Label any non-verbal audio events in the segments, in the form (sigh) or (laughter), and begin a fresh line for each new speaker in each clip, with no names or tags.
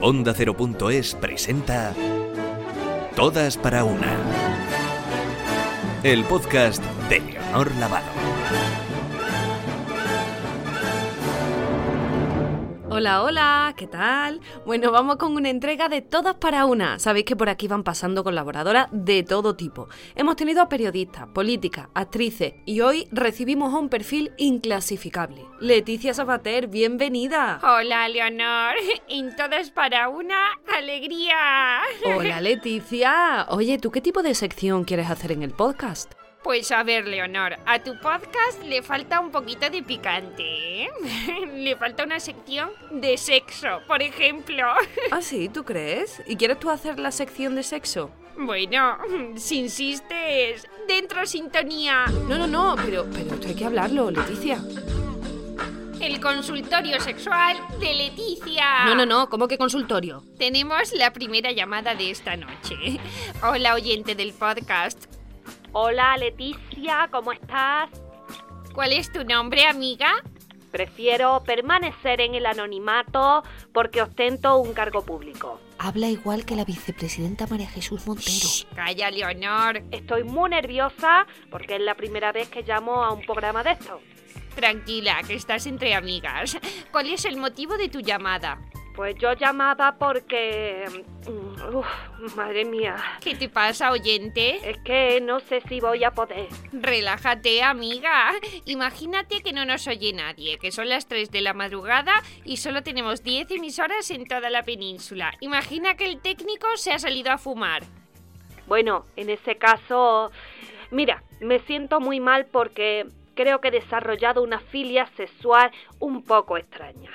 Onda Cero.es presenta Todas para una. El podcast de Leonor Lavado.
Hola, hola, ¿qué tal? Bueno, vamos con una entrega de todas para una. Sabéis que por aquí van pasando colaboradoras de todo tipo. Hemos tenido a periodistas, políticas, actrices y hoy recibimos a un perfil inclasificable. Leticia Sabater, bienvenida.
Hola, Leonor. (laughs) En todas para una alegría.
Hola, Leticia. Oye, ¿tú qué tipo de sección quieres hacer en el podcast?
Pues a ver, Leonor, a tu podcast le falta un poquito de picante, ¿eh? (laughs) Le falta una sección de sexo, por ejemplo. (laughs)
Ah, sí, ¿tú crees? ¿Y quieres tú hacer la sección de sexo?
Bueno, si insistes, dentro sintonía.
No, no, no, pero, pero esto hay que hablarlo, Leticia.
El consultorio sexual de Leticia.
No, no, no, ¿cómo que consultorio?
Tenemos la primera llamada de esta noche. (laughs) Hola, oyente del podcast.
Hola Leticia, ¿cómo estás?
¿Cuál es tu nombre, amiga?
Prefiero permanecer en el anonimato porque ostento un cargo público.
Habla igual que la vicepresidenta María Jesús Montero.
Calla, Leonor.
Estoy muy nerviosa porque es la primera vez que llamo a un programa de esto.
Tranquila, que estás entre amigas. ¿Cuál es el motivo de tu llamada?
Pues yo llamaba porque... mm, Uf, madre mía.
¿Qué te pasa, oyente?
Es que no sé si voy a poder.
Relájate, amiga. Imagínate que no nos oye nadie, que son las 3 de la madrugada y solo tenemos 10 emisoras en toda la península. Imagina que el técnico se ha salido a fumar.
Bueno, en ese caso... Mira, me siento muy mal porque creo que he desarrollado una filia sexual un poco extraña.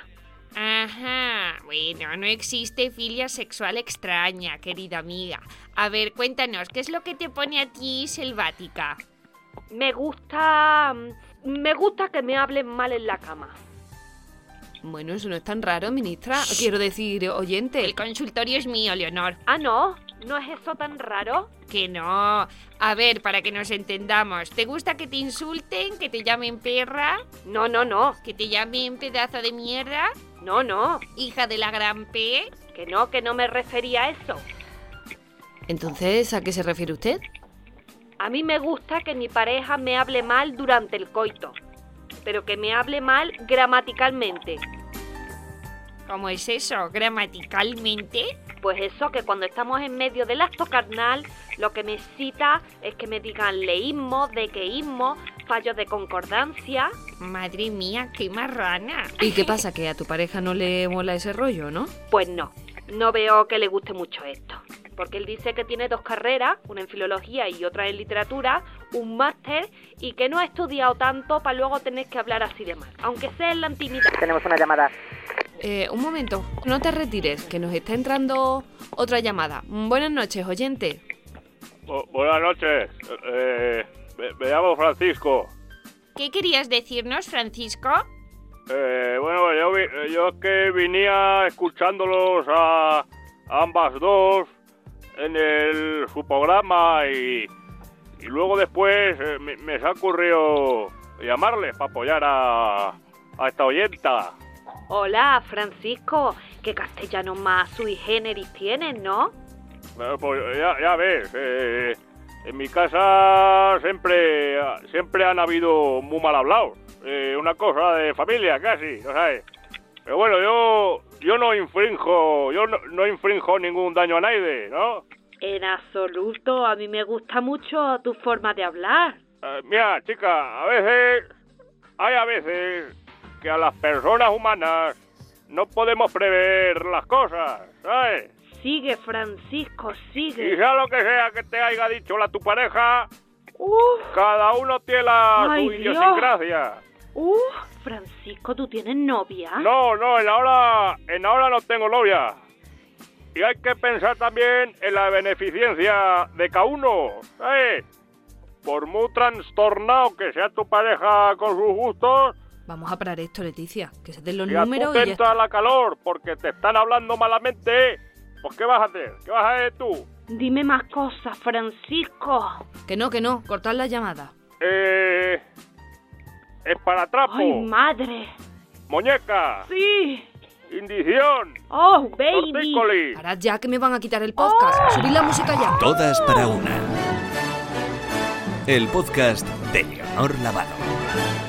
Ajá, bueno, no existe filia sexual extraña, querida amiga. A ver, cuéntanos, ¿qué es lo que te pone a ti selvática?
Me gusta... mm, Me gusta que me hablen mal en la cama.
Bueno, eso no es tan raro,
Ah.
ministra. Quiero decir, oyente.
Este, El consultorio es mío, Leonor.
Ah, no, ¿no es eso tan raro?
Que no. A ver, para que nos entendamos, ¿te gusta que te insulten, que te llamen perra,
No, no, no,
que te llamen pedazo de mierda,
no, no.
hija de la gran P?
Que no, que no me refería a eso.
Entonces, ¿a qué se refiere usted?
A mí me gusta que mi pareja me hable mal durante el coito, pero que me hable mal gramaticalmente.
¿Cómo es eso? ¿Gramaticalmente?
Pues eso, que cuando estamos en medio del acto carnal, lo que me excita es que me digan leísmo, dequeísmo, fallos de concordancia.
Madre mía, qué marrana.
¿Y qué pasa? ¿Que a tu pareja no le mola ese rollo, no?
Pues no, no veo que le guste mucho esto. Porque él dice que tiene dos carreras, una en filología y otra en literatura, un máster y que no ha estudiado tanto para luego tener que hablar así de mal, aunque sea en la intimidad.
Tenemos una llamada.
Eh, un momento, no te retires, que nos está entrando otra llamada. Mm, Buenas noches, oyente.
Bu- buenas noches. Eh, me, me llamo Francisco.
¿Qué querías decirnos, Francisco?
Eh, bueno, yo, vi- yo es que venía escuchándolos a ambas dos en el, su programa y, y luego después eh, me, me se ha ocurrido llamarles para apoyar a, a esta oyenta.
Hola, Francisco, qué castellano más sui generis tienes, ¿no?
Eh, pues ya, ya ves, eh, en mi casa siempre, siempre han habido muy mal hablados. Eh, una cosa de familia casi, ¿no sabes? Pero bueno, yo, yo no infrinjo, yo no, no infrinjo ningún daño a nadie, ¿no?
En absoluto, a mí me gusta mucho tu forma de hablar.
Eh, mira, chica, a veces, hay a veces que a las personas humanas no podemos prever las cosas, ¿sabes?
Sigue, Francisco,
Y
sigue.
sea lo que sea que te haya dicho la tu pareja,
¡Uf!
cada uno tiene la
Ay,
su
Dios. Ah.
idiosincrasia.
¡Uf! Francisco, ¿tú tienes novia?
No, no, en ahora, en ahora no tengo novia. Y hay que pensar también en la beneficencia de cada uno, ¿sabes? Por muy trastornado que sea tu pareja con sus gustos,
Vamos a parar esto, Leticia, que se den los
y
números
atenta
y ya está.
a la calor porque te están hablando malamente, pues ¿qué vas a hacer? ¿Qué vas a hacer tú?
Dime más cosas, Francisco.
Que no, que no, cortad la llamada.
Eh, es para trapo,
¡Ay, madre!
muñeca,
Oh. ¡Sí!
Indición.
¡Oh, baby!
Tortícoli.
Ahora ya que me van a quitar el podcast. Subid la música ya.
Todas para una. El podcast de Leonor Lavado.